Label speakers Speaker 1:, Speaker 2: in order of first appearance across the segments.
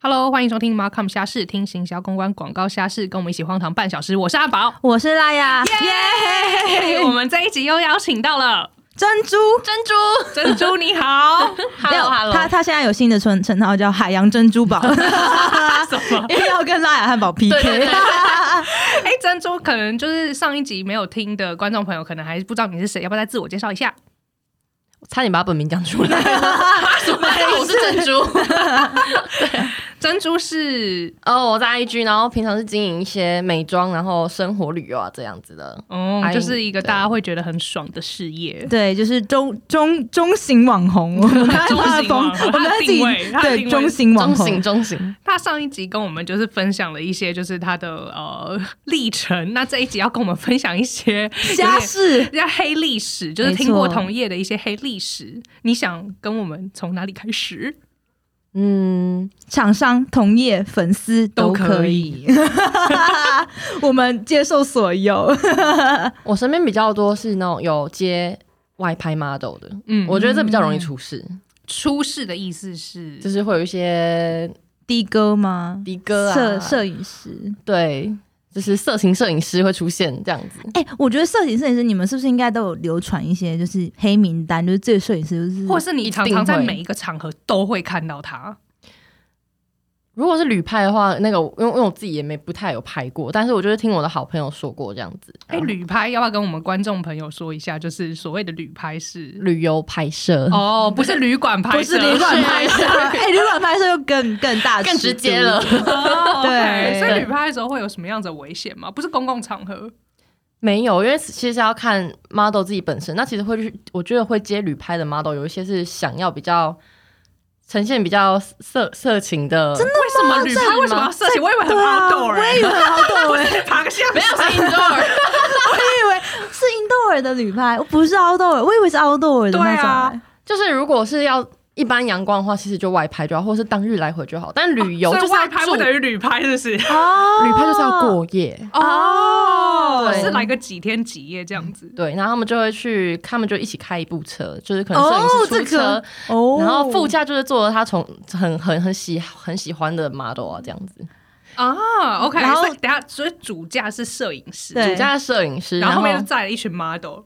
Speaker 1: Hello，欢迎收听 Markham 虾事，听行销公关广告虾事，跟我们一起荒唐半小时。我是阿宝，
Speaker 2: 我是拉雅，
Speaker 1: 耶！我们这一集又邀请到了
Speaker 2: 珍珠。
Speaker 1: 珍珠，珍珠你 好
Speaker 2: 没有他他现在有新的称称号叫海洋珍珠 宝，
Speaker 1: 什么？
Speaker 2: 因为 要跟拉雅汉堡 PK。
Speaker 1: 对对对 哎，珍珠可能就是上一集没有听的观众朋友，可能还不知道你是谁，要不要再自我介绍一下？
Speaker 3: 差点把本名讲出来。我是珍珠。
Speaker 1: 珍珠是
Speaker 3: 哦，我在 IG，然后平常是经营一些美妆，然后生活、旅游啊这样子的。
Speaker 1: 哦，
Speaker 3: 哎
Speaker 1: 就是一个大家会觉得很爽的事业。
Speaker 2: 对，就是中中中型网 红，我们看
Speaker 1: 中
Speaker 2: 他的
Speaker 1: 型网
Speaker 2: 风
Speaker 1: 红，
Speaker 2: 我们
Speaker 1: 他的
Speaker 2: 看自己
Speaker 1: 定位他的定
Speaker 2: 对
Speaker 1: 位
Speaker 2: 中型网
Speaker 3: 中
Speaker 2: 红
Speaker 3: 型，，中型。
Speaker 1: 他上一集跟我们就是分享了一些就是他的呃历程，那这一集要跟我们分享一些
Speaker 2: 虾事
Speaker 1: 人家黑历史，就是
Speaker 2: 没错
Speaker 1: 听过同业的一些黑历史。你想跟我们从哪里开始？
Speaker 3: 嗯，
Speaker 2: 厂商、同业、粉丝
Speaker 1: 都
Speaker 2: 都
Speaker 1: 可
Speaker 2: 可
Speaker 1: 以
Speaker 2: 以， 我们接受 所有。
Speaker 3: 我身边比较多是那种有接外拍 model 的，
Speaker 1: 嗯
Speaker 3: 我觉得这比较容易出事，
Speaker 1: 出事的意思是，
Speaker 3: 就是会有一些
Speaker 2: 的哥吗？
Speaker 3: 的哥啊，
Speaker 2: 摄摄影师，
Speaker 3: 对，就是色情摄影师会出现这样子。
Speaker 2: 哎、我觉得摄影摄影师，你们是不是应该都有流传一些就是黑名单，就是这个摄影师就是
Speaker 1: 或是你常常
Speaker 3: 一定会
Speaker 1: 在每一个场合都会看到他。
Speaker 3: 如果是旅拍的话，那个我因为因为我自己也没不太有拍过，但是我就是听我的好朋友说过这样子。
Speaker 1: 哎、旅拍要不要跟我们观众朋友说一下？就是所谓的旅拍是
Speaker 3: 旅游拍摄，
Speaker 1: 哦，不是旅馆拍
Speaker 2: 嗯不
Speaker 1: 摄，
Speaker 2: 是旅馆拍摄，哎、旅馆拍摄又更更大
Speaker 3: 更直接了。
Speaker 2: 尺 度。
Speaker 1: 哦 OK，
Speaker 2: 对
Speaker 1: 所以旅拍的时候会有什么样子的危险吗？不是公共场合，
Speaker 3: 没有，因为其实是要看 model 自己本身。那其实会去，我觉得会接旅拍的 model 有一些是想要比较呈现比较色色情的，真的
Speaker 1: 为什么旅拍为什么要设计？我以为很
Speaker 2: 对啊，
Speaker 1: outdoor，
Speaker 2: 我
Speaker 1: 欸
Speaker 2: 也以为好懂哎，
Speaker 1: 爬个象
Speaker 3: 没有是 indoor。
Speaker 2: 我以为是 indoor 的旅拍，我不是 outdoor，我以为是 outdoor 的那
Speaker 1: 对
Speaker 2: 种、
Speaker 1: 啊
Speaker 2: 哎
Speaker 3: 就是如果是要一般阳光的话，其实就外拍就好，或是当日来回就好。但旅游
Speaker 1: 哦所以
Speaker 3: 就是要
Speaker 1: 外拍
Speaker 3: 住，
Speaker 1: 不等于旅拍，是不是？
Speaker 2: 哦
Speaker 1: 啊
Speaker 3: 旅拍就是要过夜。
Speaker 1: 哦，
Speaker 3: 对
Speaker 1: 是来个几天几夜这样子。
Speaker 3: 对，然后他们就会去，他们就一起开一部车，就是可能摄影师
Speaker 2: 哦
Speaker 3: 出
Speaker 2: 这个
Speaker 3: 车，
Speaker 2: 哦
Speaker 3: 然后副驾就是坐了他从很很很喜很喜欢的 model 啊，这样
Speaker 1: 哦
Speaker 3: 子。
Speaker 1: 啊，OK，
Speaker 2: 然后
Speaker 1: 所以等下，所以主驾是摄影师，
Speaker 2: 对
Speaker 3: 主驾摄影师，
Speaker 1: 然后
Speaker 3: 后
Speaker 1: 后面就载了一群 model，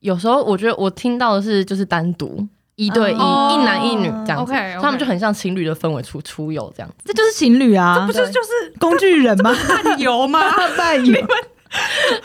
Speaker 3: 有时候我觉得我听到的是就是单独一对一、
Speaker 1: 哦
Speaker 3: 一男一女这样子
Speaker 1: OK，OK
Speaker 3: 所以他们就很像情侣的氛围出出游这样子。
Speaker 2: 这就是情侣
Speaker 1: 这
Speaker 2: 啊
Speaker 1: 不，是就是
Speaker 2: 工具人吗？
Speaker 1: 伴游 吗？
Speaker 2: 伴游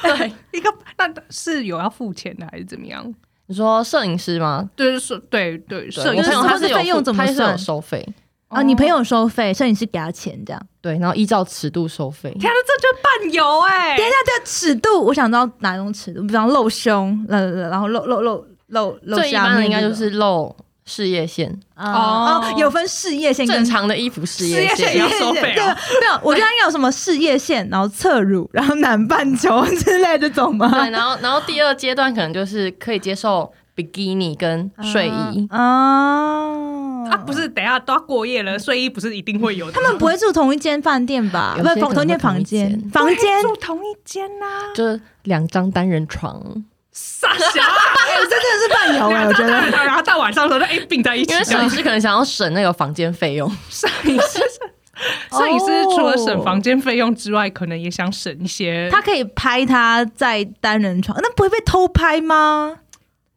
Speaker 3: 对，
Speaker 1: 一个那是有要付钱的还是怎么样？
Speaker 3: 你说摄影师吗？
Speaker 1: 就是说，对对，
Speaker 3: 对
Speaker 1: 摄影
Speaker 3: 我
Speaker 1: 师
Speaker 3: 朋友他
Speaker 2: 就是
Speaker 3: 有
Speaker 2: 费用
Speaker 3: 付
Speaker 2: 怎么
Speaker 3: 他是有
Speaker 2: 算
Speaker 3: 收费，
Speaker 2: 啊，你朋
Speaker 1: 哦
Speaker 2: 友收费，摄影师给他钱这样。
Speaker 3: 对，然后依照尺度收费。
Speaker 1: 天啊哪，这就是伴游哎
Speaker 2: 等！一下，这尺度，我想知道哪种尺度，比方露胸，呃，然后露露露露露
Speaker 3: 最一
Speaker 2: 下面
Speaker 3: 般
Speaker 2: 这种，
Speaker 3: 的应该就是露事业线，
Speaker 2: 啊
Speaker 1: 哦
Speaker 2: 哦，有分事业线跟
Speaker 3: 正常的衣服事
Speaker 1: 哎事业线也
Speaker 3: 线
Speaker 1: 要。收费
Speaker 2: 对
Speaker 1: 哦
Speaker 2: 没有，我觉得应该有什么事业线，然后侧乳，然后南半球之类这种吗？
Speaker 3: 对，然后然后第二阶段可能就是可以接受比基尼跟睡衣，
Speaker 2: 啊
Speaker 1: 啊，不，是，等一下都要过夜了，睡衣不是一定会有的吗。
Speaker 2: 他们不会住同一间饭店吧？
Speaker 3: 有
Speaker 2: 不
Speaker 3: 些
Speaker 2: 是，同
Speaker 3: 可能会
Speaker 2: 同一间
Speaker 3: 同
Speaker 2: 房
Speaker 3: 一
Speaker 2: 间，房
Speaker 3: 间
Speaker 2: 间
Speaker 1: 住同一间啊呐，
Speaker 3: 就是两张单人床，
Speaker 1: 傻小啊，
Speaker 2: 这真的是伴游哎，我觉得。
Speaker 1: 然后到晚上的时候，哎，并在一起
Speaker 3: 因为，摄影师可能想要省那个房间费用。
Speaker 1: 摄影师，摄影师哦除了省房间费用之外，可能也想省一些。
Speaker 2: 他可以拍他在单人床，那不会被偷拍吗？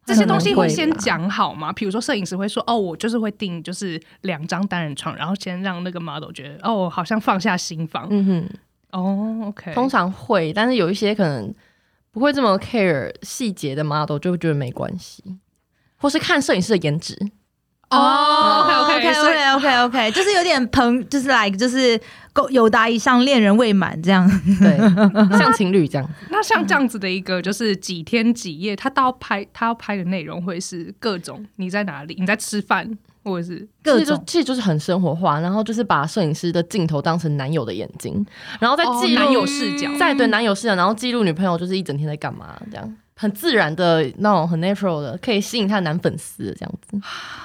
Speaker 1: 这些东西会
Speaker 3: 可能会
Speaker 1: 先
Speaker 3: 吧
Speaker 1: 讲好吗？比如说摄影师会说：“哦，我就是会订就是两张单人床，然后先让那个 model 觉得哦，好像放下心房。
Speaker 3: 嗯哼。
Speaker 1: 哦，OK，
Speaker 3: 通常会，但是有一些可能不会这么 care 细节的 model 就会觉得没关系，或是看摄影师的 颜值。
Speaker 1: 哦，OK OK，所以
Speaker 2: OK OK OK，就是有点朋，就是 like 就是够有达以上恋人未满这样。
Speaker 3: 对， 像情侣这样。
Speaker 1: 那像这样子的一个就是几天几夜，他到拍他要拍的内容会是各种你在哪里，你在吃饭，或者是
Speaker 2: 各
Speaker 3: 其实就
Speaker 2: 种
Speaker 3: 其实就是很生活化，然后就是把摄影师的镜头当成男友的眼睛，然后再
Speaker 1: 哦
Speaker 3: 记录、
Speaker 1: 男友视角
Speaker 3: 再对男友视角，然后记录女朋友就是一整天在干嘛，这样很自然的那种很 natural 的，可以吸引他男粉丝这样子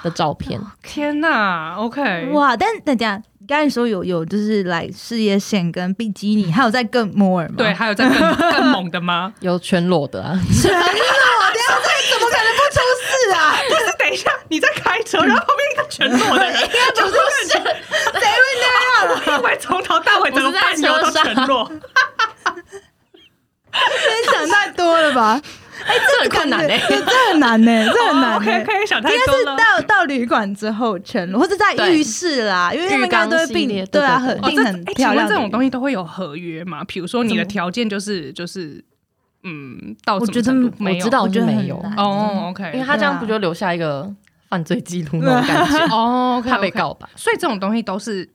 Speaker 3: 的照片。
Speaker 1: 啊天哪，OK，
Speaker 2: 哇！但大家刚才说有有就是来事业线跟比基尼，还有在更摩尔吗？
Speaker 1: 对，，还有在更更猛的 吗？
Speaker 3: 有全裸的啊，
Speaker 2: 全裸，等一下这怎么可能不出事啊？
Speaker 1: 等一下，你在开车，然后后面一个全裸的人，
Speaker 2: 谁会那样
Speaker 1: 会不会从头到尾整个半游都全裸？
Speaker 2: 你想太多了吧？哎
Speaker 3: 这很困难
Speaker 2: 感
Speaker 3: 呢、
Speaker 2: 觉对这很难呢、 这很难、欸
Speaker 1: o
Speaker 2: 呢。
Speaker 1: k 可以欸哦想太
Speaker 2: 应该
Speaker 1: 多
Speaker 2: 是
Speaker 1: 了。
Speaker 2: 到到旅馆之后全裸，或者在
Speaker 3: 对
Speaker 2: 浴室啦，因为他们
Speaker 3: 浴
Speaker 2: 应该
Speaker 3: 缸
Speaker 2: 都会
Speaker 3: 系列
Speaker 2: 并对啊，
Speaker 3: 对对
Speaker 2: 很
Speaker 3: 对
Speaker 1: 哦，
Speaker 2: 定
Speaker 1: 这
Speaker 2: 很
Speaker 1: 哎
Speaker 2: 漂
Speaker 1: 请
Speaker 2: 亮
Speaker 1: 问
Speaker 2: 的。
Speaker 1: 这种东西都会有合约吗？比如说你
Speaker 2: 怎
Speaker 1: 的
Speaker 2: 么
Speaker 1: 条件就是就是嗯，到
Speaker 2: 我
Speaker 1: 什么
Speaker 2: 觉得
Speaker 1: 程度没
Speaker 3: 我
Speaker 1: 有
Speaker 3: 知道
Speaker 2: 我觉
Speaker 3: 是
Speaker 2: 得很
Speaker 3: 没有，
Speaker 2: 难
Speaker 1: 哦
Speaker 3: 因为
Speaker 1: ，OK，
Speaker 3: 他这样不就留下一个犯罪记录那种感觉，
Speaker 1: 哦，OK，
Speaker 3: 怕被，告吧
Speaker 1: OK，所以这种东西都是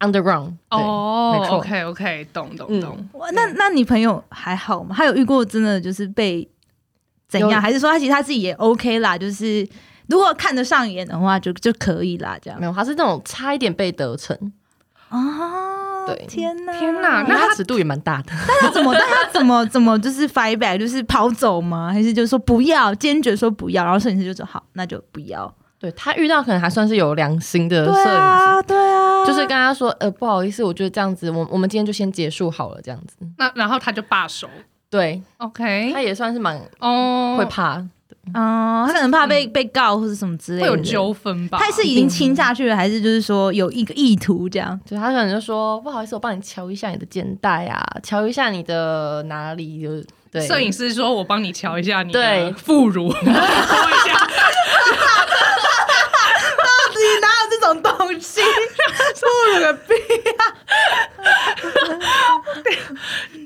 Speaker 3: ？Underground，对，
Speaker 1: 哦
Speaker 3: 没错
Speaker 1: ，OK OK，懂懂
Speaker 3: 嗯
Speaker 1: 懂。
Speaker 2: 哇那那你朋友还好吗？他有遇过真的就是被怎
Speaker 3: 有
Speaker 2: 样，还是说他其实他自己也 OK 啦？就是如果看得上眼的话就，就可以啦，这样
Speaker 3: 没有，他是那种差一点被得逞，
Speaker 2: 啊
Speaker 3: 对
Speaker 2: 天哪，
Speaker 1: 天哪嗯那
Speaker 3: 那
Speaker 1: 他
Speaker 3: 他尺度也蛮大 的，
Speaker 2: 但他怎么？但他怎么怎么就是 fight back，就是跑走吗？还是就是说不要，坚决说不要，然后摄影师就说好，那就不要。
Speaker 3: 对他遇到可能还算是有良心的摄影
Speaker 2: 对
Speaker 3: 师。
Speaker 2: 啊，对啊，
Speaker 3: 就是跟他说，呃，不好意思，我觉得这样子，我我们今天就先结束好了，这样子。
Speaker 1: 那然后他就罢手
Speaker 3: 对，他
Speaker 1: ，OK，
Speaker 3: 也算是蛮
Speaker 1: 哦，
Speaker 3: 会怕，
Speaker 2: 哦，他可能怕被被告或者什么之类
Speaker 1: 会
Speaker 2: 的，
Speaker 1: 有纠纷吧？
Speaker 2: 他是已经亲下去了，还是就是说有一个意图这 样？
Speaker 3: 就他可能就说，不好意思，我帮你敲一下你的肩带啊，敲一下你的哪里，就是对，
Speaker 1: 摄影师说：“我帮你瞧一下你的
Speaker 3: 对
Speaker 1: 副 乳，敲一下。
Speaker 2: 自己哪有这种东西？我了个屁！”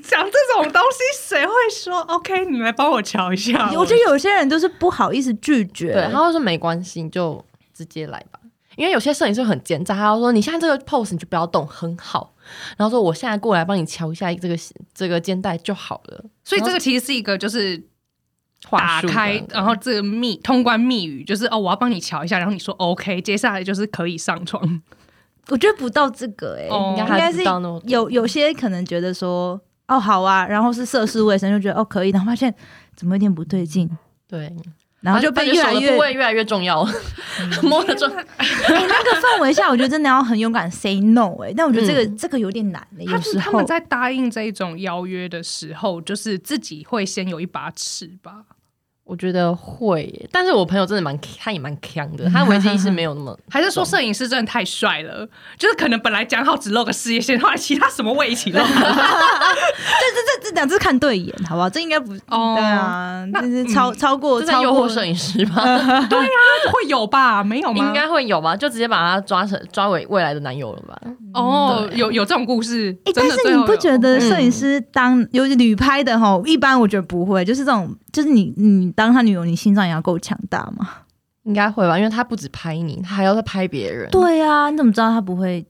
Speaker 1: 讲这种东西，谁会说 OK？你来帮我瞧一下。
Speaker 2: 我觉得有些人就是不好意思拒绝，
Speaker 3: 对，他会说没关系，你就直接来吧。因为有些摄影师很奸诈，他会说你现在这个 pose 你就不要动，很好。然后说我现在过来帮你敲一下这个这个肩带就好了。
Speaker 1: 所以这个其实是一个就是
Speaker 3: 话
Speaker 1: 打
Speaker 3: 术的
Speaker 1: 开，然后这个密通关密语就是哦，我要帮你瞧一下，然后你说 OK，接下来就是可以上床。
Speaker 2: 我觉得不到这个哎、
Speaker 1: 哦
Speaker 3: 应该
Speaker 2: 应该
Speaker 3: 还
Speaker 2: 是
Speaker 3: 不到那么多
Speaker 2: 有有些可能觉得说哦好啊，然后是涉世未深就觉得哦可以，然后发现怎么有点不对劲，
Speaker 3: 对，
Speaker 2: 然后就被越来
Speaker 3: 他就手的
Speaker 2: 越嗯
Speaker 3: 部位越来越重要，摸的重要。
Speaker 2: 哎那个氛围下，我觉得真的要很勇敢 say no 哎、但我觉得这
Speaker 3: 嗯
Speaker 2: 个、这个有点难的、
Speaker 1: 他
Speaker 2: 有
Speaker 1: 们
Speaker 2: 时
Speaker 1: 他
Speaker 2: 候
Speaker 1: 们在答应这种邀约的时候，就是自己会先有一把尺吧。
Speaker 3: 我觉得会耶，但是我朋友真的蛮，他也蛮强的，他危机意识没有 那么。
Speaker 1: 还是说摄影师真的太帅了？就是可能本来讲好只露个事业线，后来其他什么位一起露。
Speaker 2: 这这这两只看对眼好不好？这应该不、
Speaker 1: 哦
Speaker 2: 对啊，
Speaker 1: 那嗯
Speaker 2: 就是超、超过
Speaker 3: 这在
Speaker 2: 超
Speaker 3: 诱惑
Speaker 2: 过嗯
Speaker 3: 摄影师吗？
Speaker 1: 会有吧？没有吗？
Speaker 3: 应该会有吧，就直接把他抓成抓为未来的男友了吧？
Speaker 2: 嗯
Speaker 1: 哦，有有这种故事。
Speaker 2: 哎、
Speaker 1: 真
Speaker 2: 但
Speaker 1: 的
Speaker 2: 是
Speaker 1: 最
Speaker 2: 你
Speaker 1: 后
Speaker 2: 不
Speaker 1: 有
Speaker 2: 觉得
Speaker 3: 嗯
Speaker 2: 摄影师当尤其旅拍的吼，一般我觉得不会，就是这种，就是你你当他女友，你心脏也要够强大嘛？
Speaker 3: 应该会吧，因为他不止拍你，他还要再拍别人。
Speaker 2: 对啊，你怎么知道他不会？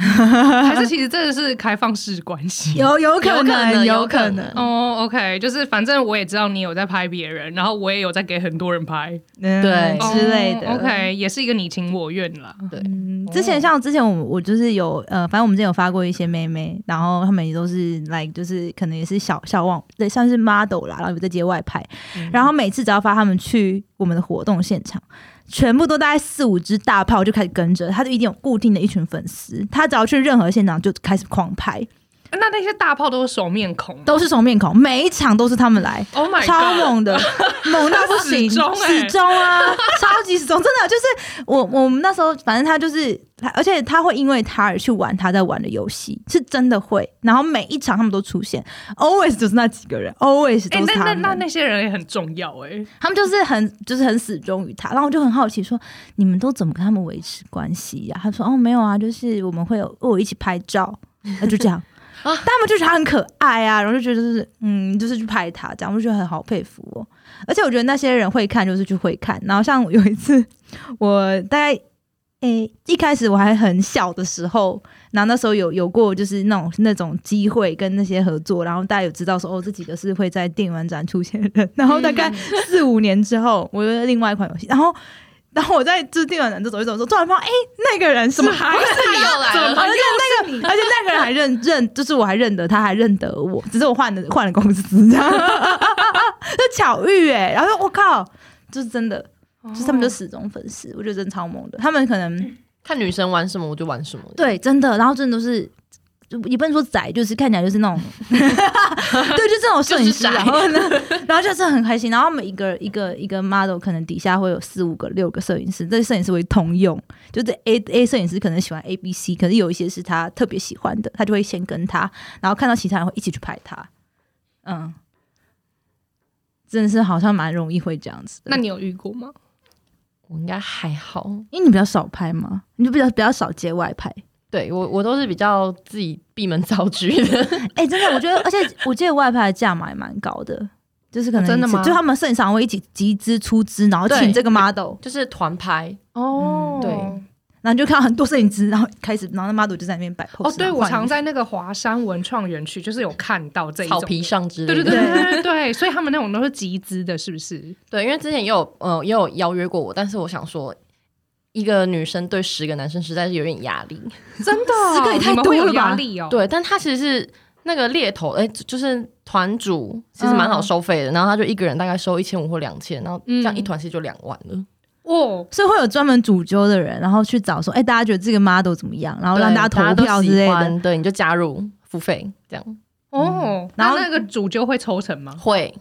Speaker 1: 还是其实这是开放式关系？
Speaker 2: 有有可
Speaker 3: 有可
Speaker 2: 能，
Speaker 3: 能
Speaker 2: 有
Speaker 3: 有可
Speaker 2: 可能
Speaker 3: 能，
Speaker 1: 哦，OK、o k 就是反正我也知道你有在拍别人，然后我也有在给很多人拍
Speaker 2: 嗯
Speaker 3: 对
Speaker 2: 之类的。
Speaker 1: 哦 OK，也是一个你情我愿啦。
Speaker 3: 对，
Speaker 2: 嗯，之前像之前我我就是有呃，反正我们之前有发过一些妹妹，然后她们也都是来就是可能也是小小网对，算是 model 啦，然后有在接外拍，然后每次只要发她们去我们的活动现场，全部都大概四五只大炮就开始跟着，她就一定有固定的一群粉丝，她只要去任何现场就开始狂拍，
Speaker 1: 那那些大炮都是熟面孔
Speaker 2: 都是熟面孔，每一场都是她们来。
Speaker 1: ，Oh my
Speaker 2: 超
Speaker 1: god！
Speaker 2: 猛的，猛到不行，
Speaker 1: 始终欸
Speaker 2: 始终啊，超级始终，真的就是我我们那时候，反正他就是他，而且他会因为他而去玩他在玩的游戏，是真的会。然后每一场他们都出现，always 就是那几个人，always
Speaker 1: 哎、
Speaker 2: 都是
Speaker 1: 那
Speaker 2: 他
Speaker 1: 那
Speaker 2: 们，
Speaker 1: 那那些人也很重要哎、
Speaker 2: 他们就是很就是很始终于他。然后我就很好奇说，你们都怎么跟他们维持关系呀、他说哦没有啊，就是我们会有哦我一起拍照，那就这样。但他们就觉得他很可爱啊，然后就觉得就是嗯，就是去拍他这样，我就觉得很好佩服哦。而且我觉得那些人会看，就是去会看。然后像有一次，我大概诶、一开始我还很小的时候，然后那时候有有过就是那种那种机会跟那些合作，然后大家有知道说哦，这几个是会在电玩展出现的人。然后大概四五年之后，我有另外一款游戏，然后然后我在就是电玩展这走一走的时候，突然发现哎、那个人是
Speaker 1: 怎么 还是
Speaker 3: 他又来
Speaker 1: 怎
Speaker 3: 了
Speaker 1: 么
Speaker 2: 而且那个，而且那个人还认认，就是我还认得他，还认得我，只是我换了换了公司，这样， 这巧遇哎、然后我靠，就是真的，就是他们就始终粉丝，我觉得真的超猛的。他们可能
Speaker 3: 看女生玩什么我就玩什么。
Speaker 2: 对真的，然后真的都是也不能说宅，就是看起来就是那 种，对，就这种摄影师。
Speaker 3: 就是宅
Speaker 2: 然后呢， 然后就是很开心。然后每一个一个一个 model 可能底下会有四五个、六个摄影师，这些摄影师会通用。就是 A A 摄影师可能喜欢 A B C，可是有一些是他特别喜欢的，他就会先跟他，然后看到其他人会一起去拍他。嗯，真的是好像蛮容易会这样子的。
Speaker 1: 那你有遇过吗？
Speaker 3: 我应该还好，
Speaker 2: 因为你比较少拍嘛，你就比较比较少接外拍。
Speaker 3: 对我我都是比较自己闭门造车 的。
Speaker 2: 哎、真的，我觉得，而且我记得外拍的价码也蛮高的，就是可能
Speaker 1: 哦真的
Speaker 2: 一次
Speaker 1: 吗
Speaker 2: 就他们摄影厂会一起集资出资，然后
Speaker 3: 对
Speaker 2: 请这个 model，
Speaker 3: 就是团拍
Speaker 2: 哦
Speaker 3: 对
Speaker 2: 然后你就看到很多摄影师，然后开始，然后那 model 就在那边摆 pose
Speaker 1: 哦
Speaker 2: 然后换衣服。，
Speaker 1: 对，我常在那个华山文创园区，就是有看到这一种
Speaker 3: 草皮上之类
Speaker 1: 对
Speaker 3: 的，
Speaker 1: 对对对对对，所以他们那种都是集资的，是不是？
Speaker 3: 对，因为之前也有呃也有邀约过我，但是我想说，一个女生对十个男生实在是有点压力。
Speaker 1: 真的哦，
Speaker 2: 十个也太
Speaker 1: 你们会
Speaker 2: 多
Speaker 1: 有
Speaker 2: 了吧
Speaker 1: 压力哦。
Speaker 3: 对，但他其实是那个猎头，哎、就就是团主其实蛮好收
Speaker 2: 嗯
Speaker 3: 费的，然后他就一个人大概收一千五或两千，然后这样一团其实就两万
Speaker 2: 嗯
Speaker 3: 了。
Speaker 1: 哦，
Speaker 2: 所以会有专门主揪的人，然后去找说，哎、大家觉得这个 model 怎么样，然后让
Speaker 3: 对
Speaker 2: 大家投
Speaker 3: 都
Speaker 2: 票
Speaker 3: 喜
Speaker 2: 之类的。
Speaker 3: 欢，对，你就加入付费这样。
Speaker 1: 哦，那
Speaker 2: 然后
Speaker 1: 那个主就会抽成吗？
Speaker 3: 会，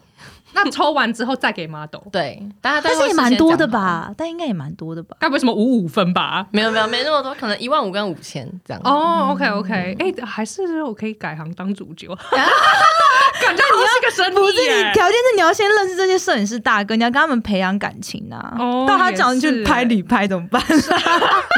Speaker 1: 那抽完之后再给 model，
Speaker 3: 对，大家
Speaker 2: 但是也蛮多的？吧，但应该也蛮多的吧。
Speaker 1: 该不会什么五五分吧？
Speaker 3: 没有没有没那么多，可能一万五跟五千这样。
Speaker 1: 哦，OK OK，哎、还是我可以改行当主 角，感觉你是个神
Speaker 2: 不是
Speaker 1: 秘
Speaker 2: 你
Speaker 1: 耶。
Speaker 2: 条件是你要先认识这些摄影师大哥，你要跟他们培养感情啊。
Speaker 1: 哦
Speaker 2: 到他找你
Speaker 1: 也是
Speaker 2: 去拍旅拍怎么办？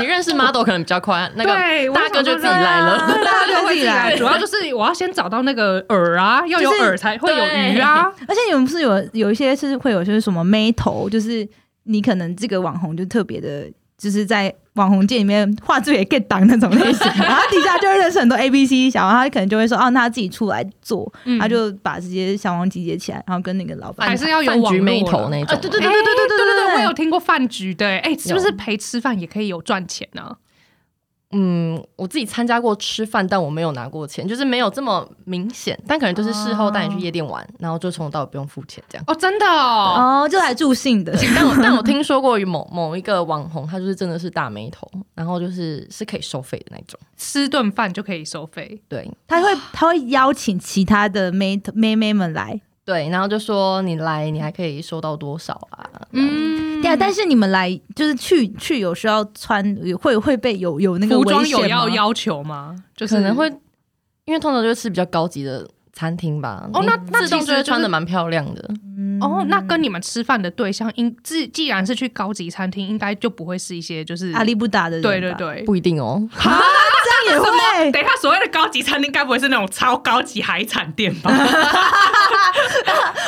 Speaker 3: 你认识 model 可能比较快，那
Speaker 1: 对
Speaker 3: 个
Speaker 1: 我
Speaker 3: 大哥
Speaker 1: 想
Speaker 3: 就
Speaker 1: 说
Speaker 3: 自己来了。
Speaker 1: 对啊
Speaker 2: 大家都会自己来
Speaker 1: 主要就是我要先找到那个饵啊，要有
Speaker 2: 就是
Speaker 1: 饵才会有鱼啊。
Speaker 2: 而且你们不是有有一些是会有些什么妹头，就是你可能这个网红就特别的，就是在网红界里面画质也 get 档那种类型，然后底下就会认识很多 A B C 小王，他可能就会说哦，那他自己出来做，
Speaker 1: 嗯
Speaker 2: 他就把这些小王集结起来，然后跟那个老板
Speaker 1: 还是要有
Speaker 3: 饭
Speaker 1: 网
Speaker 3: 局
Speaker 1: 络
Speaker 3: 妹
Speaker 1: 啦
Speaker 3: 头那种
Speaker 2: 啊，
Speaker 3: 嘛。
Speaker 2: 对对对对对对
Speaker 1: 对
Speaker 2: 对
Speaker 1: 哎对
Speaker 2: 对
Speaker 1: 我有听过饭局的，哎，是不是
Speaker 3: 有
Speaker 1: 陪吃饭也可以有赚钱呢？
Speaker 3: 嗯，我自己参加过吃饭，但我没有拿过钱，就是没有这么明显，但可能就是事后带你去夜店玩，然后就从头到尾不用付钱这样。
Speaker 1: 哦，真的哦，
Speaker 2: 哦，就来助兴的，
Speaker 3: 但我但我听说过有某某一个网红，他就是真的是大眉头，然后就是是可以收费的那种。
Speaker 1: 吃顿饭就可以收费，
Speaker 3: 对
Speaker 2: 他会他会邀请其他的妹头妹妹们来，
Speaker 3: 对，然后就说你来，你还可以收到多少啊？
Speaker 1: 嗯，
Speaker 2: 对啊，但是你们来就是去去有需要穿会会被有有那个
Speaker 1: 服
Speaker 2: 危
Speaker 1: 装
Speaker 2: 险
Speaker 1: 有
Speaker 2: 吗
Speaker 1: 要要求吗？就是
Speaker 3: 可能会，因为通常就是吃比较高级的餐厅吧。
Speaker 1: 哦那
Speaker 3: 你
Speaker 1: 那
Speaker 3: 自动
Speaker 1: 其实
Speaker 3: 就
Speaker 1: 就
Speaker 3: 会
Speaker 1: 是
Speaker 3: 穿的蛮漂亮的。
Speaker 1: 哦，
Speaker 2: 嗯
Speaker 1: 那跟你们吃饭的对象，应既既然是去高级餐厅，应该就不会是一些就是
Speaker 2: 阿里不达的人吧，啊
Speaker 1: 对对对。
Speaker 3: 不一定哦，
Speaker 2: 这样也会。
Speaker 1: 等一下，所谓的高级餐厅，该不会是那种超高级海产店吧？
Speaker 2: 嗯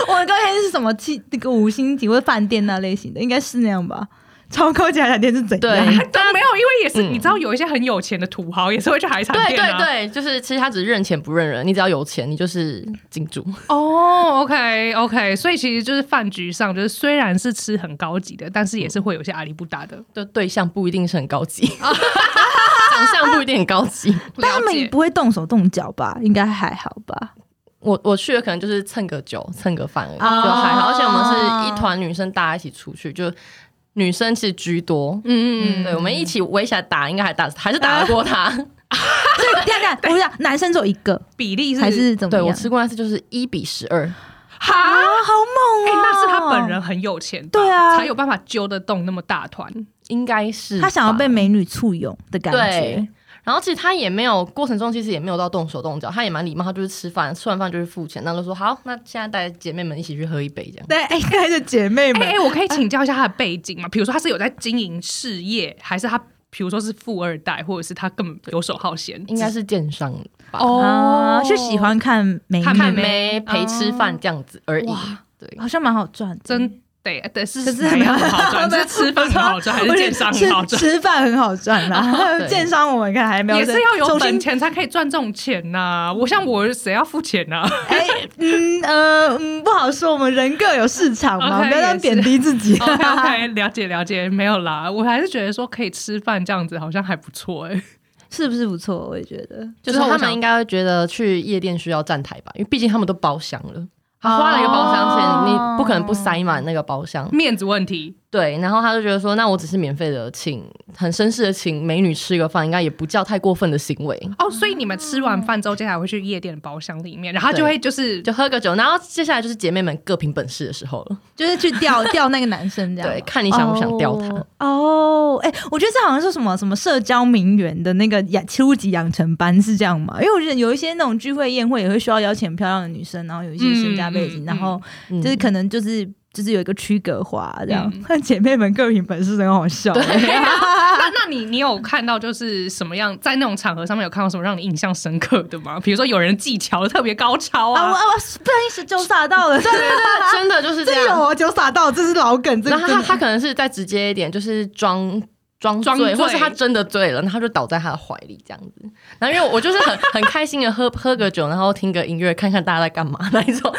Speaker 2: 我刚才是什么七那个五星级或者饭店那类型的，应该是那样吧？超高级海产店是怎样？
Speaker 3: 对
Speaker 1: 都没有，因为也是、
Speaker 3: 嗯
Speaker 1: 你知道，有一些很有钱的土豪也是会去海产
Speaker 3: 对
Speaker 1: 店、啊。
Speaker 3: 对对，就是其实他只是认钱不认人，你只要有钱，你就是金主。
Speaker 1: 哦、o k OK，所以其实就是饭局上，就是虽然是吃很高级的，但是也是会有一些阿里不达的。
Speaker 3: 的对象不一定是很高级， 长相不一定很高级。
Speaker 2: 但他们也
Speaker 1: 了解
Speaker 2: 不会动手动脚吧？应该还好吧？
Speaker 3: 我我去的可能就是蹭个酒、蹭个饭而已，就
Speaker 2: 哦
Speaker 3: 还好。而且我们是一团女生，大家一起出去，就女生其实居多。
Speaker 1: 嗯嗯
Speaker 3: 对，我们一起围起来打，应该还打还是打得过他。
Speaker 2: 所以等一下，等一下，我想男生只有一 个
Speaker 1: 嗯，比例是
Speaker 2: 还是怎么
Speaker 3: 对
Speaker 2: 样？
Speaker 3: 我吃过那次就是一比十二，
Speaker 1: 哈。
Speaker 2: 啊，好猛
Speaker 1: 哎、
Speaker 2: 哦！
Speaker 1: 那是他本人，很有钱吧，
Speaker 2: 对啊
Speaker 1: 才有办法揪得动那么大团。
Speaker 3: 应该是
Speaker 2: 他想要
Speaker 3: 吧
Speaker 2: 被美女簇拥的感觉
Speaker 3: 对。。然后其实他也没有过程中，其实也没有到动手动脚，他也蛮礼貌，他就是吃饭，吃完饭就是付钱，然后就说好，那现在带姐妹们一起去喝一杯这样。
Speaker 2: 对，哎，该是姐妹
Speaker 1: 哎、
Speaker 2: 们
Speaker 1: 哎，我可以请教一下他的背景吗？比如说他是有在经营事业，还是他比如说是富二代，或者是他根本游手好闲？
Speaker 3: 应该是电商吧，
Speaker 2: 啊，是喜欢看美
Speaker 1: 哦看
Speaker 3: 看
Speaker 2: 女，
Speaker 3: 妹陪吃饭这样子而已。对，
Speaker 2: 好像蛮好赚的，
Speaker 1: 真得得是
Speaker 2: 可是
Speaker 1: 哪样很好赚？
Speaker 2: 没有
Speaker 1: 是吃饭很好赚，还
Speaker 2: 我
Speaker 1: 是
Speaker 2: 觉
Speaker 1: 健
Speaker 2: 得
Speaker 1: 商很好
Speaker 2: 吃
Speaker 1: 赚？
Speaker 2: 吃饭很好 赚啦，
Speaker 3: 对
Speaker 2: 健商我们看还没有，
Speaker 1: 也是要有
Speaker 2: 重
Speaker 1: 本
Speaker 2: 心
Speaker 1: 钱才可以赚这种钱呐、我像我谁要付钱啊呐、
Speaker 2: 哎、嗯呃嗯，不好说，我们人各有市场嘛
Speaker 1: OK，
Speaker 2: 不要这样贬低自 己。
Speaker 1: OK OK，了哦解了解，没有啦，我还是觉得说可以吃饭这样子好像还不错哎、
Speaker 2: 是不是不错？我也觉得，
Speaker 3: 就是
Speaker 1: 之后
Speaker 3: 他
Speaker 1: 我想
Speaker 3: 们应该会觉得去夜店需要站台吧，因为毕竟他们都包厢了，他花了一个包厢钱，
Speaker 2: 哦
Speaker 3: 你不可能不塞满那个包厢。
Speaker 1: 面子问题
Speaker 3: 对，然后他就觉得说，那我只是免费的请，很绅士的请美女吃个饭，应该也不叫太过分的行为。
Speaker 1: 哦，所以你们吃完饭之后，接下来会去夜店的包厢里面，然后他就
Speaker 3: 对
Speaker 1: 会就是
Speaker 3: 就喝个酒，然后接下来就是姐妹们各凭本事的时候了。
Speaker 2: 就是去钓钓那个男生这样吗。
Speaker 3: 对，看你想不想钓他。
Speaker 2: 哦，哎、我觉得这好像是什么什么社交名媛的那个养初级养成班是这样嘛？因为我觉得有一些那种聚会宴会也会需要邀请很漂亮的女生，然后有一些身家背景，
Speaker 1: 嗯嗯嗯
Speaker 2: 然后
Speaker 3: 嗯
Speaker 2: 就是可能就是就是有一个区隔化这样
Speaker 1: 嗯。
Speaker 2: 那、 姐妹们各凭本事，很好笑。
Speaker 1: 对啊，那那你你有看到就是什么样在那种场合上面有看到什么让你印象深刻的吗？比如说有人技巧特别高超
Speaker 2: 啊，我
Speaker 1: 啊，
Speaker 2: 啊我不小心酒洒到了，
Speaker 3: 对对对，真的就是这
Speaker 2: 这有
Speaker 3: 样。
Speaker 2: 啊，酒洒到，这是老梗，这
Speaker 3: 然
Speaker 2: 是
Speaker 3: 后
Speaker 2: 真
Speaker 3: 他
Speaker 2: 的
Speaker 3: 他可能是再直接一点，就是装。装
Speaker 1: 装
Speaker 3: 醉，
Speaker 1: 醉
Speaker 3: 或是他真的醉了，然后他就倒在他的怀里这样子。然后因为我就是很很开心的喝喝个酒，然后听个音乐，看看大家在干嘛那一种。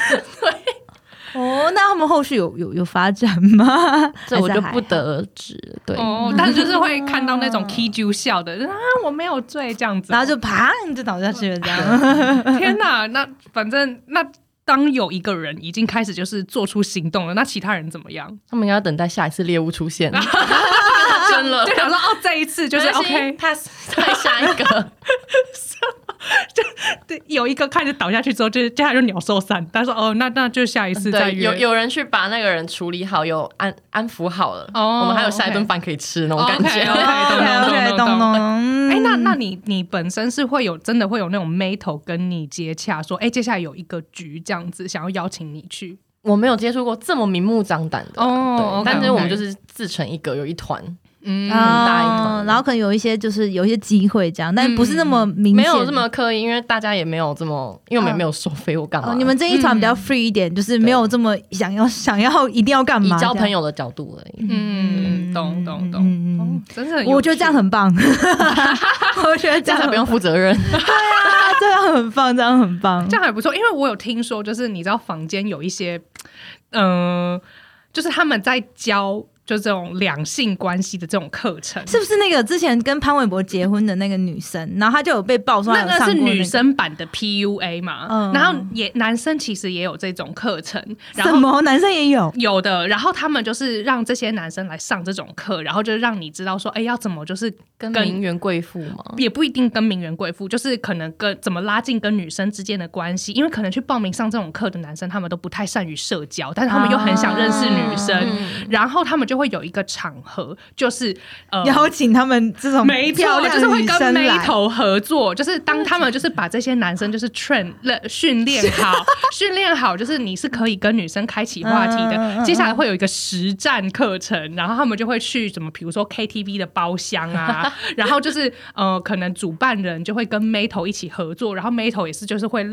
Speaker 2: 哦，那他们后续有有有发展 吗？
Speaker 3: 这我
Speaker 2: 还是
Speaker 3: 就
Speaker 2: 还
Speaker 3: 不得而知。对，
Speaker 1: 哦，但是就是会看到那种 K 酒笑的啊，我没有醉这样子哦，
Speaker 2: 啊然后就砰就倒下去了，这样。
Speaker 1: 天哪，那反正那当有一个人已经开始就是做出行动了，那其他人怎么样？
Speaker 3: 他们应该要等待下一次猎物出现，真了
Speaker 1: 就。想说哦，这一次就是
Speaker 3: 没关系
Speaker 1: OK，
Speaker 3: pass 再下一个，
Speaker 1: 对，有一个开始倒下去之后，就是接下来就鸟兽散。他说哦，那那就下一次再
Speaker 3: 对，
Speaker 1: 约。
Speaker 3: 有有人去把那个人处理好，有安安抚好了，
Speaker 1: 哦
Speaker 3: 我们还有下一
Speaker 1: OK 哦
Speaker 3: 顿饭可以吃那种感觉。
Speaker 1: OK，OK，
Speaker 2: 哎 OK，OK，
Speaker 1: 懂懂懂
Speaker 2: 懂
Speaker 1: 懂
Speaker 2: 懂。
Speaker 1: 哎、
Speaker 2: 哎
Speaker 1: 那那你你本身是会有真的会有那种妹头跟你接洽说，哎、接下来有一个局这样子，想要邀请你去
Speaker 3: 我没有接触过这么明目张胆的啦，
Speaker 1: 哦
Speaker 3: 对，但是我们就是是自成一格，有一团，
Speaker 1: 嗯
Speaker 2: 啊
Speaker 3: 很大一团
Speaker 2: 然后可能有一些就是有一些机会这样，但不是那么明
Speaker 3: 没
Speaker 2: 显，
Speaker 3: 有这么刻意，因为大家也没有这么，因为我们也没有收费或干嘛
Speaker 2: 哦。
Speaker 3: 的，
Speaker 2: 你们这一团比较 free 一点，就是没有这么想要 想要一定要干
Speaker 3: 以
Speaker 2: 嘛，
Speaker 3: 交朋
Speaker 2: 友。
Speaker 3: 友的角度而已。
Speaker 1: 嗯，懂懂懂，
Speaker 2: 嗯
Speaker 1: 哦，真的很有趣，
Speaker 2: 我觉得这样很棒， 我觉得
Speaker 3: 这
Speaker 2: 这样
Speaker 3: 样才
Speaker 2: 很
Speaker 3: 不用负责任。
Speaker 2: 啊，这样很棒，这样很棒
Speaker 1: 这。样还不错，因为我有听说，就是你知道房间有一些，嗯、就是他们在教就这种两性关系的这种课程，
Speaker 2: 是不是那个之前跟潘玮柏结婚的那个女生，然后她就有被爆出来
Speaker 1: 那个
Speaker 2: 有上
Speaker 1: 是
Speaker 2: 过那
Speaker 1: 女
Speaker 2: 个
Speaker 1: 生版的 PUA 嘛，
Speaker 2: 嗯
Speaker 1: 然后也男生其实也有这种课程，然
Speaker 2: 什
Speaker 1: 后。哦
Speaker 2: 么男生也有
Speaker 1: 有的，然后他们就是让这些男生来上这种课，然后就是让你知道说，哎，要怎么就是
Speaker 3: 跟
Speaker 1: 跟
Speaker 3: 名媛贵妇嘛，
Speaker 1: 也不一定跟名媛贵妇，就是可能跟怎么拉近跟女生之间的关系，因为可能去报名上这种课的男生，他们都不太善于社交，但是他们又很想认识女生，
Speaker 3: 嗯
Speaker 1: 然后他们就会有一个场合，就是呃。
Speaker 2: 邀请他们这种
Speaker 1: 没错，
Speaker 2: 漂亮
Speaker 1: 就
Speaker 2: 的
Speaker 1: 是会
Speaker 2: 女
Speaker 1: 跟
Speaker 2: 生
Speaker 1: 妹
Speaker 2: 来。
Speaker 1: 头合作，就是当他们就是把这些男生就是 train 了训练 好，训练好，就是你是可以跟女生开启话题
Speaker 2: 嗯嗯
Speaker 1: 的。
Speaker 2: 嗯
Speaker 1: 接下来会有一个实战课程，然后他们就会去什么，比如说 KTV 的包厢啊， 然后就是呃，可能主办人就会跟妹头一起合作，然后妹头也是就是会。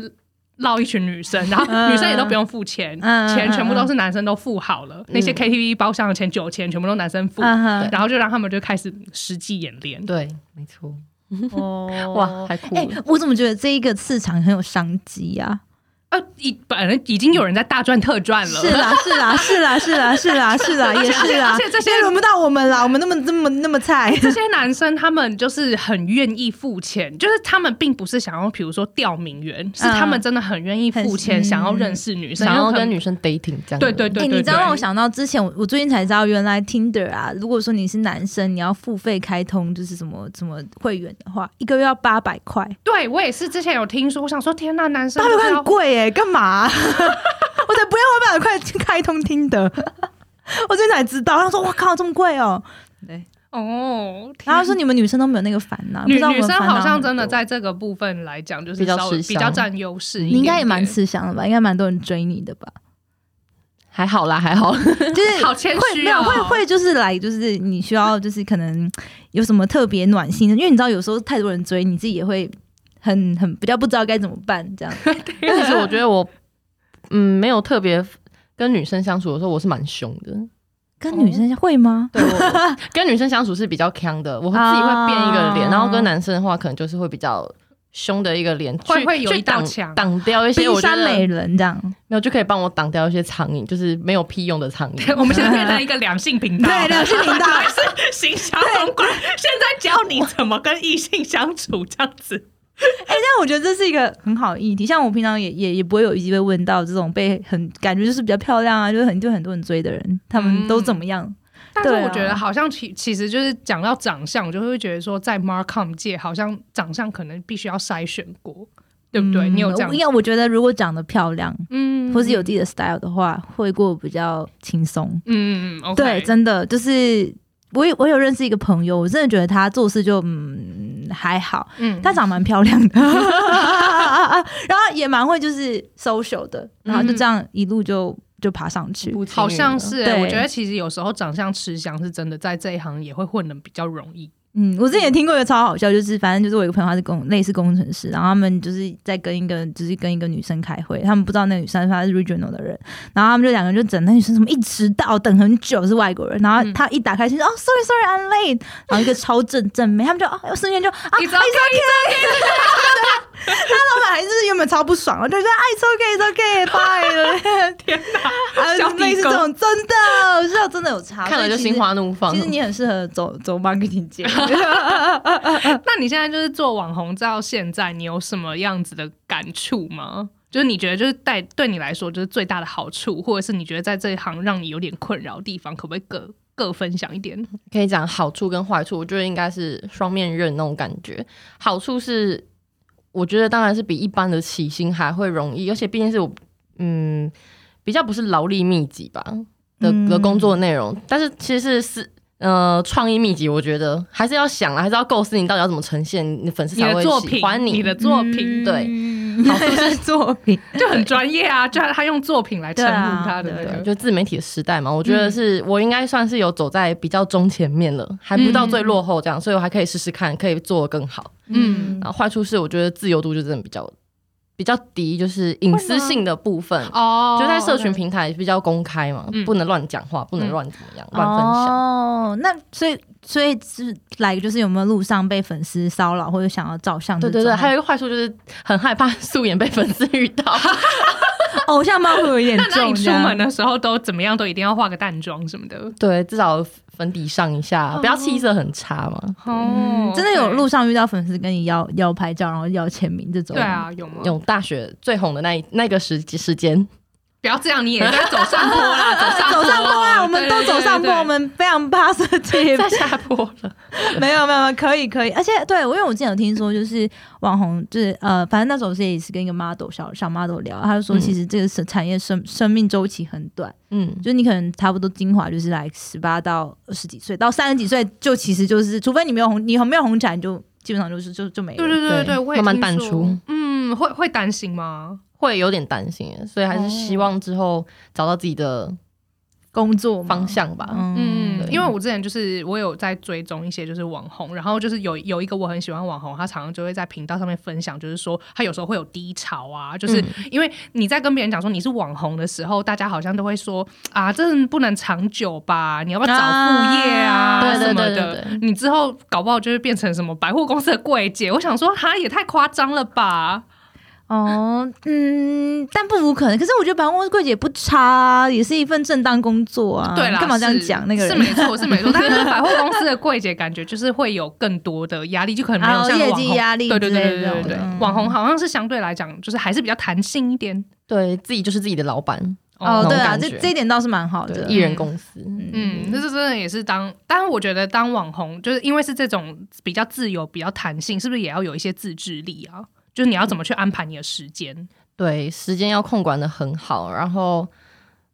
Speaker 1: 绕一群女生，然后女生也都不用付钱，
Speaker 2: 嗯嗯嗯嗯
Speaker 1: 钱全部都是男生都付好了。那些 KTV 包厢的钱、酒钱全部都男生付，
Speaker 2: 嗯哼
Speaker 1: 然后就让他们就开始实际演练。
Speaker 3: 对，没错。
Speaker 2: 哦
Speaker 3: 哇太酷了
Speaker 2: 哎、我怎么觉得这一个市场很有商机 啊？
Speaker 1: 呃，已本来已经有人在大赚特赚了，
Speaker 2: 是啦，是啦，是啦，是啦，是啦，是啦，也是啦
Speaker 1: 而且而且这，些
Speaker 2: 也轮不到我们啦，我们那么那么那么菜。
Speaker 1: 这些男生他们就是很愿意付钱，就是他们并不是想要，比如说钓名媛，
Speaker 2: 嗯
Speaker 1: 是他们真的很愿意付钱，
Speaker 2: 很
Speaker 1: 想要认识女生，
Speaker 3: 想要
Speaker 1: 很
Speaker 3: 跟女生 dating 这样子，
Speaker 1: 对对 对
Speaker 2: 哎、
Speaker 1: 对对，
Speaker 2: 你知道让我想到之前，我我最近才知道，原来 Tinder 啊，如果说你是男生，你要付费开通就是什么什么会员的话，一个月要八百块，
Speaker 1: 对我也是之前有听说，我想说天呐，男生
Speaker 2: 八
Speaker 1: 就是
Speaker 2: 百块
Speaker 1: 要
Speaker 2: 很贵哎、干嘛 啊、我才不要八百块去开通 Tinder，我最近才知道，他说哇靠，这么贵哦、
Speaker 1: 哦，天
Speaker 2: 然后他说你们女生都没有那个烦恼，不
Speaker 1: 女
Speaker 2: 知道我
Speaker 1: 女
Speaker 2: 们
Speaker 1: 生
Speaker 2: 烦恼
Speaker 1: 好像
Speaker 2: 很
Speaker 1: 真的
Speaker 2: 多
Speaker 1: 在这个部分来讲，就是
Speaker 3: 比较
Speaker 1: 稍微比
Speaker 3: 吃香
Speaker 1: 较占优势一点
Speaker 2: 你
Speaker 1: 点，
Speaker 2: 应该也蛮吃香的吧？应该蛮多人追你的吧？
Speaker 3: 还好啦，还好。
Speaker 2: 就是
Speaker 1: 好谦
Speaker 2: 会
Speaker 1: 虚
Speaker 2: 没有
Speaker 1: 哦
Speaker 2: 会会就是来就是你需要就是可能有什么特别暖心的，因为你知道有时候太多人追，你自己也会很很比较不知道该怎么办 这样。
Speaker 1: 哦
Speaker 3: 因为其实我觉得我，嗯，没有特别跟女生相处的时候，我是蛮凶的。
Speaker 2: 跟女生会吗？
Speaker 3: 对，我 跟女生相处是比较强的，我自己会变一个脸，
Speaker 2: 啊
Speaker 3: 然后跟男生的话，可能就是会比较凶的一个脸，
Speaker 1: 会
Speaker 3: 去
Speaker 1: 会有
Speaker 3: 去
Speaker 1: 一道
Speaker 3: 挡
Speaker 1: 墙
Speaker 3: 挡掉一些
Speaker 2: 冰
Speaker 3: 我觉
Speaker 2: 山
Speaker 3: 得
Speaker 2: 美人 这样，
Speaker 3: 没有就可以帮我挡掉一些苍蝇，就是没有屁用的苍
Speaker 1: 对
Speaker 3: 蝇。
Speaker 1: 我们现在变成一个两性频道，
Speaker 2: 对两性频道
Speaker 1: 是 行销公关，现在教你怎么跟异性相处这样子。
Speaker 2: 但我觉得这是一个很好的议题。像我平常也也也不会有机会
Speaker 1: 嗯
Speaker 2: 问到这种被很感觉就是比较漂亮啊，就是很就很多人追的人，他们都怎么样？
Speaker 1: 但是
Speaker 2: 对啊
Speaker 1: 我觉得好像其其实就是讲到长相，我就会觉得说，在 Markham 界好像长相可能必须要筛选过，对不对？你有这样
Speaker 2: 因？为嗯我觉得如果长得漂亮，
Speaker 1: 嗯
Speaker 2: 或是有自己的 style 的话，会过比较轻松。
Speaker 1: 嗯嗯嗯，
Speaker 2: 对，真的就是我有我有认识一个朋友，我真的觉得她做事就嗯还好，
Speaker 1: 嗯，
Speaker 2: 她长蛮漂亮 的，然后也蛮会就是 social 的，然
Speaker 1: 嗯
Speaker 2: 后就这样一路就就爬上去。
Speaker 3: 不轻易
Speaker 1: 好像
Speaker 3: 的
Speaker 1: 是、欸，
Speaker 2: 对
Speaker 1: 我觉得其实有时候长相吃香是真的，在这一行也会混的比较容易。
Speaker 2: 嗯，我之前也听过一个超好笑，就是反正就是我有一个朋友，他是工类似工程师，然后他们就是在跟一个就是跟一个女生开会，他们不知道那个女生她是 regional 的人，然后他们就两个人就整那女生怎么一直到等很久是外国人，然后他一打开信说、哦，sorry sorry I'm late，然后一个超正正妹，他们就哦瞬间就啊
Speaker 1: It's okay，
Speaker 2: 老板还是原本超不爽，然后就说啊 it's okay it's okay bye，
Speaker 1: 天哪，
Speaker 2: 啊
Speaker 1: 小
Speaker 2: 类
Speaker 1: 地
Speaker 2: 似
Speaker 1: 沟
Speaker 2: 这种真的，我知道真的有差，
Speaker 3: 看了就
Speaker 2: 所以其实
Speaker 3: 心。花怒放
Speaker 2: 其。实你很适合走走 marketing 界，
Speaker 1: 那你现在就是做网红到现在，你有什么样子的感触吗？就是你觉得就是带对你来说就是最大的好处，或者是你觉得在这一行让你有点困扰的地方，可不可以各各分享一点？
Speaker 3: 可以讲好处跟坏处，我觉得应该是双面刃那种感觉。好处是，我觉得当然是比一般的起薪还会容易，而且毕竟是我嗯比较不是劳力密集吧的
Speaker 2: 嗯
Speaker 3: 的工作内容，但是其实是是呃创意密集，我觉得还是要想啊，还是要构思你到底要怎么呈现，你的粉丝
Speaker 1: 你
Speaker 3: 才
Speaker 1: 的
Speaker 3: 会
Speaker 1: 作
Speaker 3: 喜
Speaker 1: 品，
Speaker 3: 欢嗯
Speaker 1: 你的作品、
Speaker 2: 对
Speaker 3: 好
Speaker 2: 好是作品，
Speaker 1: 就很专业啊，就他他用作品来称
Speaker 2: 对
Speaker 1: 呼
Speaker 2: 啊
Speaker 1: 他的那
Speaker 2: 对
Speaker 1: 个。
Speaker 3: 对，就自媒体的时代嘛，我觉得
Speaker 1: 嗯
Speaker 3: 是、我应该算是有走在比较中前面了，还不到最落后这样，所以我还可以试试看，可以做得更好。
Speaker 1: 嗯
Speaker 3: 然后坏处是，我觉得自由度就真的比较比较低，就是隐私性的部分，
Speaker 1: 哦
Speaker 3: 就在社群平台比较公开嘛，
Speaker 1: 嗯
Speaker 3: 不能乱讲话，不能乱怎么样，乱分享。
Speaker 2: 哦，那所以所以是来就是有没有路上被粉丝骚扰或者想要照相这
Speaker 3: 对
Speaker 2: 种？
Speaker 3: 对对，还有一个坏处就是很害怕 素颜被粉丝遇到，
Speaker 2: 偶像包袱有点
Speaker 1: 那 那
Speaker 2: 重
Speaker 1: 你
Speaker 2: 这
Speaker 1: 出
Speaker 2: 样。
Speaker 1: 门的时候都怎么样？都一定要化个淡妆什么的。
Speaker 3: 对，至少粉底上一下，不要气色很差嘛。
Speaker 1: 哦
Speaker 2: 嗯真的有路上遇到粉丝跟你要要拍照，然后要签名这种。
Speaker 1: 对，啊，有吗？
Speaker 3: 用大学最红的那一那个时时间，
Speaker 1: 不要这样，你也在走上坡啦，走 上
Speaker 2: 走上坡啊，我们都
Speaker 1: 对对对
Speaker 2: 走上坡，
Speaker 1: 哦对
Speaker 2: 我们非常怕设计。
Speaker 3: 在下坡了。
Speaker 2: 没有没有，没有可以可以，而且对我因为我之前有听说，就是网红，就是呃，反正那时候是也是跟一个 model 小小 model 聊，他就说
Speaker 3: 嗯
Speaker 2: 其实这个生产业生生命周期很短。
Speaker 3: 嗯，
Speaker 2: 就你可能差不多精华就是来十八到二十几岁，到三十几岁就其实就是，除非你没有红，你没有红起来，你就基本上就是就就没了。
Speaker 1: 对对对对，
Speaker 3: 对
Speaker 1: 我也
Speaker 3: 慢慢
Speaker 1: 听说
Speaker 3: 淡出。
Speaker 1: 嗯，会会担心吗？
Speaker 3: 会有点担心耶，所以还是希望之后找到自己的
Speaker 2: 工作嘛
Speaker 3: 方，向吧。
Speaker 1: 嗯
Speaker 2: 嗯，，
Speaker 1: 因为我之前就是我有在追踪一些就是网红，然后就是有有一个我很喜欢网红，他常常就会在频道上面分享，就是说他有时候会有低潮啊，就是因为你在跟别人讲说你是网红的时候，大家好像都会说啊，这不能长久吧，你要不要找副业啊
Speaker 2: 啊
Speaker 1: 什么
Speaker 3: 对对对
Speaker 1: 的
Speaker 3: 对。
Speaker 1: 你之后搞不好就是变成什么百货公司的柜姐，我想说他也太夸张了吧。
Speaker 2: 哦，嗯，但不无可能。可是我觉得百货公司柜姐也不差、啊，也是一份正当工作啊。
Speaker 1: 对啦，
Speaker 2: 干嘛这样
Speaker 1: 是
Speaker 2: 讲那个
Speaker 1: 是
Speaker 2: 人？
Speaker 1: 没 错，是没错。但是百货公司的柜姐感觉就是会有更多的压力，就可能没有
Speaker 2: 啊
Speaker 1: 像网
Speaker 2: 业
Speaker 1: 红
Speaker 2: 绩压力
Speaker 1: 对对对
Speaker 2: 之
Speaker 1: 对
Speaker 2: 类的
Speaker 1: 对对对
Speaker 2: 嗯
Speaker 1: 网红好像是相对来讲就是还是比较弹性一点。
Speaker 3: 对自己就是自己的老板，
Speaker 2: 哦，对啊，
Speaker 3: 那种感
Speaker 2: 这
Speaker 3: 觉
Speaker 2: 这一点倒是蛮好
Speaker 3: 对
Speaker 2: 哦的，。
Speaker 3: 艺人公司。
Speaker 1: 嗯，这是真的也是当，但是我觉得当网红就是因为是这种比较自由、比较弹性，是不是也要有一些自制力啊？就是你要怎么去安排你的时间？
Speaker 3: 对，时间要控管的很好，然后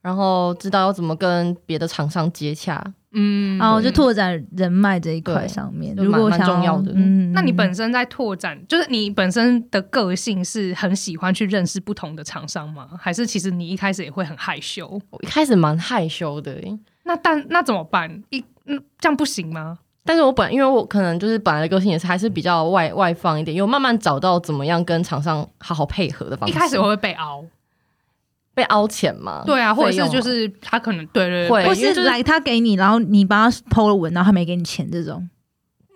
Speaker 3: 然后知道要怎么跟别的厂商接洽。
Speaker 1: 嗯，
Speaker 2: 然后就拓展人脉这一块
Speaker 3: 对
Speaker 2: 上面，
Speaker 3: 就
Speaker 2: 如果
Speaker 3: 蛮
Speaker 2: 想
Speaker 3: 蛮重要的
Speaker 2: 嗯
Speaker 1: 那你本身在拓展，就是你本身的个性是很喜欢去认识不同的厂商吗？还是其实你一开始也会很害羞？
Speaker 3: 我一开始蛮害羞的耶，欸
Speaker 1: 那但那怎么办？一嗯，这样不行吗？
Speaker 3: 但是我本因为我可能就是本来的个性也是还是比较外外放一点，有慢慢找到怎么样跟厂商好好配合的方
Speaker 1: 一
Speaker 3: 式。
Speaker 1: 开始会不会被凹？
Speaker 2: 哦
Speaker 3: 被凹钱嘛，
Speaker 1: 对啊，或者
Speaker 3: 费用
Speaker 1: 是
Speaker 3: 嘛
Speaker 1: 就是他可能对对对
Speaker 3: 会
Speaker 2: 嗯或
Speaker 3: 因为
Speaker 2: 是
Speaker 3: 就是
Speaker 2: 来他给你，然后你帮他 PO 了文，然后他没给你钱这种。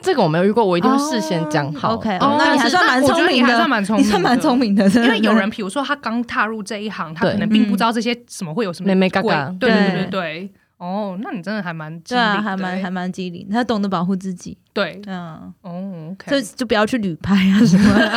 Speaker 3: 这个我没有遇过，我一定会事先讲好。
Speaker 2: OK，
Speaker 1: 哦
Speaker 2: 那你还算
Speaker 1: 但
Speaker 2: 蛮
Speaker 1: 是
Speaker 2: 聪明
Speaker 1: 我觉得你还
Speaker 2: 的，
Speaker 1: 算蛮聪明
Speaker 2: 你
Speaker 1: 的
Speaker 2: 算蛮聪明的，真的
Speaker 1: 因为有人，比如说他刚踏入这一行，他
Speaker 3: 对
Speaker 1: 可能并
Speaker 2: 嗯
Speaker 1: 不知道这些什么会有什么
Speaker 3: 妹妹嘎
Speaker 1: 贵
Speaker 3: 嘎
Speaker 1: 对对对
Speaker 2: 对
Speaker 1: 对。哦，那你真的还蛮机
Speaker 2: 对
Speaker 1: 灵
Speaker 2: 啊，
Speaker 1: 的
Speaker 2: 还蛮
Speaker 1: 欸
Speaker 2: 还蛮机灵，他懂得保护自己，
Speaker 1: 对
Speaker 2: 嗯，
Speaker 1: 哦
Speaker 2: 就
Speaker 1: ，OK，
Speaker 2: 就不要去旅拍啊什么的。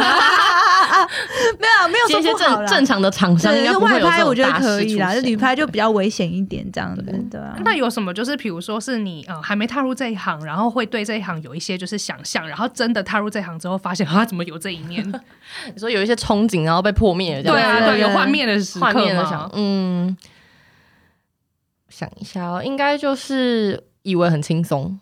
Speaker 2: 没有啊没有
Speaker 3: 接
Speaker 2: 说
Speaker 3: 一些
Speaker 2: 不好
Speaker 3: 正
Speaker 2: 啦。
Speaker 3: 正常的厂商应
Speaker 2: 对，
Speaker 3: 该
Speaker 2: 就
Speaker 3: 不会
Speaker 2: 外
Speaker 3: 有
Speaker 2: 拍我
Speaker 3: 这
Speaker 2: 觉
Speaker 3: 种
Speaker 2: 得
Speaker 3: 大
Speaker 2: 可
Speaker 3: 事
Speaker 2: 以啦，就
Speaker 3: 出
Speaker 2: 女
Speaker 3: 现
Speaker 2: 拍就比较危险一点这样子，对啊。
Speaker 1: 那有什么就是，比如说是你呃还没踏入这一行，然后会对这一行有一些就是想象，然后真的踏入这一行之后，发现啊怎么有这一 面？
Speaker 3: 你说有一些憧憬，然后被破灭了，这
Speaker 1: 对
Speaker 3: 样
Speaker 1: 啊，
Speaker 2: 对
Speaker 1: 对，有
Speaker 2: 对
Speaker 1: 幻灭的时刻
Speaker 3: 幻灭的
Speaker 1: 嘛
Speaker 3: 想，嗯，想一下哦，应该就是以为很轻松，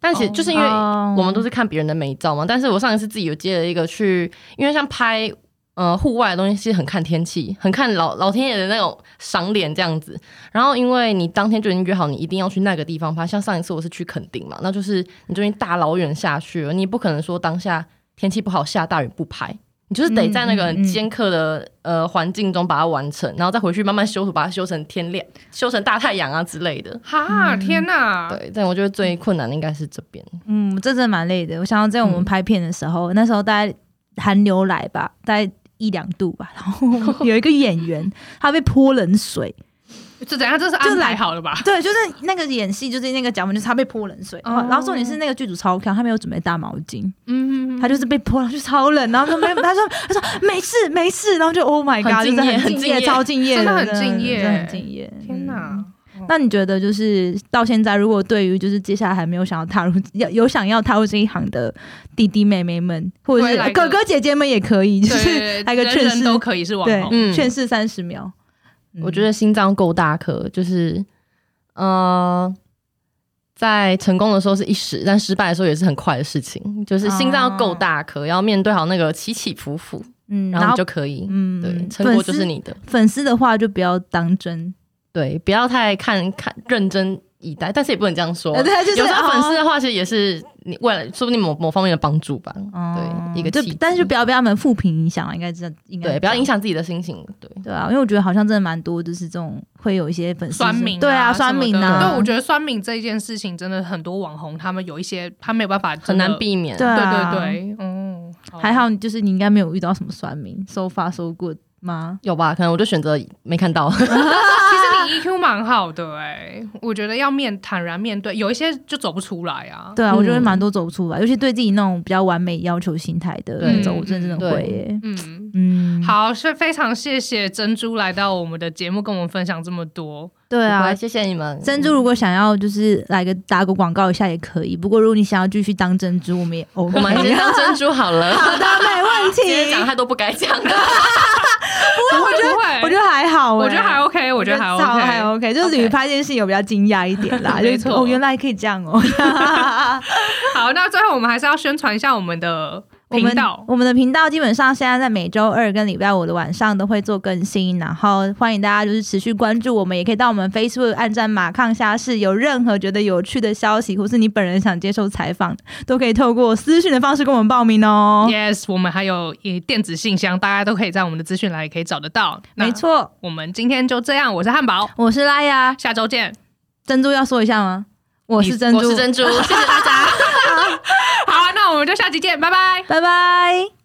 Speaker 3: 但其实
Speaker 1: 哦
Speaker 3: 就是因为
Speaker 2: 哦
Speaker 3: 我们都是看别人的美照嘛。但是我上一次自己有接了一个去，因为像拍呃户外的东西是很看天气，很看老老天爷的那种赏脸这样子。然后因为你当天就已经约好你一定要去那个地方拍，像上一次我是去垦丁嘛，那就是你最近大老远下去了，你不可能说当下天气不好下大雨不拍。你就是得在那
Speaker 2: 嗯嗯
Speaker 3: 个
Speaker 2: 嗯
Speaker 3: 很尖刻的、呃环境中把它完成，然后再回去慢慢修图，把它修成天亮、修成大太阳啊之类的。
Speaker 1: 哈，天哪！
Speaker 2: 啊
Speaker 3: 对，但我觉得最困难的应该是这边。
Speaker 2: 嗯，这真的蛮累的。我想到在我们
Speaker 3: 嗯
Speaker 2: 拍片的时候，那时候大概寒流来吧，大概一两度吧，然后 有一个演员他被泼冷水，
Speaker 1: 这等下这是安排好了吧？
Speaker 2: 对，就是那个演戏，就是那个脚本，就是他被泼冷水。
Speaker 1: 哦
Speaker 2: 然后重点是那个剧组超强，他没有准备大毛巾，
Speaker 1: 嗯，
Speaker 2: 他就是被泼上去超冷，然后他没有，他说他说没事没事，然后就 Oh my
Speaker 3: 很
Speaker 2: God，
Speaker 3: 敬
Speaker 2: 就是
Speaker 3: 业
Speaker 2: 很
Speaker 3: 很
Speaker 2: 敬
Speaker 3: 敬业
Speaker 2: 业，超敬业，
Speaker 1: 真的很敬业
Speaker 2: 真的很敬业。
Speaker 1: 天
Speaker 2: 嗯
Speaker 1: 哪！哦
Speaker 2: 那你觉得就是到现在，如果对于就是接下来还没有想要踏入要有想要踏入这一行的弟弟妹妹们，或者
Speaker 1: 对来
Speaker 2: 是
Speaker 1: 个
Speaker 2: 哥哥姐姐们也可以，就是
Speaker 1: 对，
Speaker 2: 来个
Speaker 1: 人
Speaker 2: 劝世
Speaker 1: 人，都可以是网
Speaker 2: 对
Speaker 1: 红，
Speaker 3: 嗯，
Speaker 2: 劝世三十秒。嗯
Speaker 3: 我觉得心脏够大颗，就是呃，在成功的时候是一时，但失败的时候也是很快的事情。就是心脏要够大颗，要面对好那个起起伏伏，
Speaker 2: 哦嗯，
Speaker 3: 然后
Speaker 2: 然
Speaker 3: 你
Speaker 2: 后
Speaker 3: 就可以。
Speaker 2: 嗯
Speaker 3: 对，成
Speaker 2: 粉
Speaker 3: 果
Speaker 2: 丝
Speaker 3: 就是你的。
Speaker 2: 粉丝的话就不要当真，
Speaker 3: 对，不要太看看认真以待，但是也不能这样说。
Speaker 2: 呃对，就是
Speaker 3: 有时候粉
Speaker 2: 哦
Speaker 3: 丝的话，其实也是你未来说不定某某方面的帮助吧。
Speaker 2: 哦
Speaker 3: 对，一个
Speaker 2: 就
Speaker 3: 契机
Speaker 2: 但是就不要被他们负评影响了，应该这样，应该
Speaker 3: 对，不要
Speaker 2: 响。
Speaker 3: 影响自己的心情。对，
Speaker 2: 对啊，因为我觉得好像真的蛮多，就是这种会有一些粉丝
Speaker 1: 酸民
Speaker 2: 对啊，
Speaker 1: 啊，
Speaker 2: 酸民
Speaker 1: 啊什么的。
Speaker 2: 啊，
Speaker 1: 对，我觉得酸民这一件事情，真的很多网红他们有一些他没有办法，
Speaker 3: 很难。避免。
Speaker 2: 对
Speaker 1: 对
Speaker 2: 啊
Speaker 1: 对对，嗯，
Speaker 2: 还好，就是你应该没有遇到什么酸民，so far so good 吗？
Speaker 3: 有吧？可能我就选择没看到。
Speaker 1: 其实你 EQ 蛮好的哎、我觉得要面坦然面对，有一些就走不出来啊。
Speaker 2: 对啊，
Speaker 3: 嗯
Speaker 2: 我觉得蛮多走不出来，尤其对自己那种比较完美要求心态的
Speaker 3: 对
Speaker 2: 那种，我真的真的会耶。
Speaker 1: 嗯，
Speaker 2: 嗯，，
Speaker 1: 好，是非常谢谢珍珠来到我们的节目，跟我们分享这么多。
Speaker 2: 对
Speaker 3: 好
Speaker 2: 啊。
Speaker 3: 谢谢你们。
Speaker 2: 珍珠如果想要就是来个打个广告一下也可以，不过如果你想要继续当珍珠，我们也 OK。
Speaker 3: 我们 先当珍珠好了。
Speaker 2: 好的，没问
Speaker 3: 今天讲
Speaker 2: 题。
Speaker 3: 太多不该讲 的，
Speaker 1: 不会不会，
Speaker 2: 啊我觉得还好欸，
Speaker 1: 我觉得还 OK，我觉得还
Speaker 2: 超还
Speaker 1: OK。
Speaker 2: OK，就是旅
Speaker 1: OK
Speaker 2: 拍这件事情有比较惊讶一点 啦，就
Speaker 1: 没
Speaker 2: 是
Speaker 1: 错
Speaker 2: 哦，原来可以这样 哦。
Speaker 1: 好，那最后我们还是要宣传一下我们的
Speaker 2: 我
Speaker 1: 频
Speaker 2: 们
Speaker 1: 道。
Speaker 2: 我们的频道基本上现在在每周二跟礼拜五的晚上都会做更新，然后欢迎大家就是持续关注我们，也可以到我们 Facebook 按赞马抗虾事，有任何觉得有趣的消息，或是你本人想接受采访，都可以透过私讯的方式跟我们报名哦。
Speaker 1: Yes，我们还有也电子信箱，大家都可以在我们的资讯栏也可以找得到。
Speaker 2: 没，错，
Speaker 1: 我们今天就这样，我是汉堡，
Speaker 2: 我是拉雅
Speaker 1: 下周见。
Speaker 2: 珍珠，要说一下吗？我是珍珠，
Speaker 3: 我是珍珠，谢谢大家。
Speaker 1: 好，那我们就下期见，拜拜。
Speaker 2: 拜拜。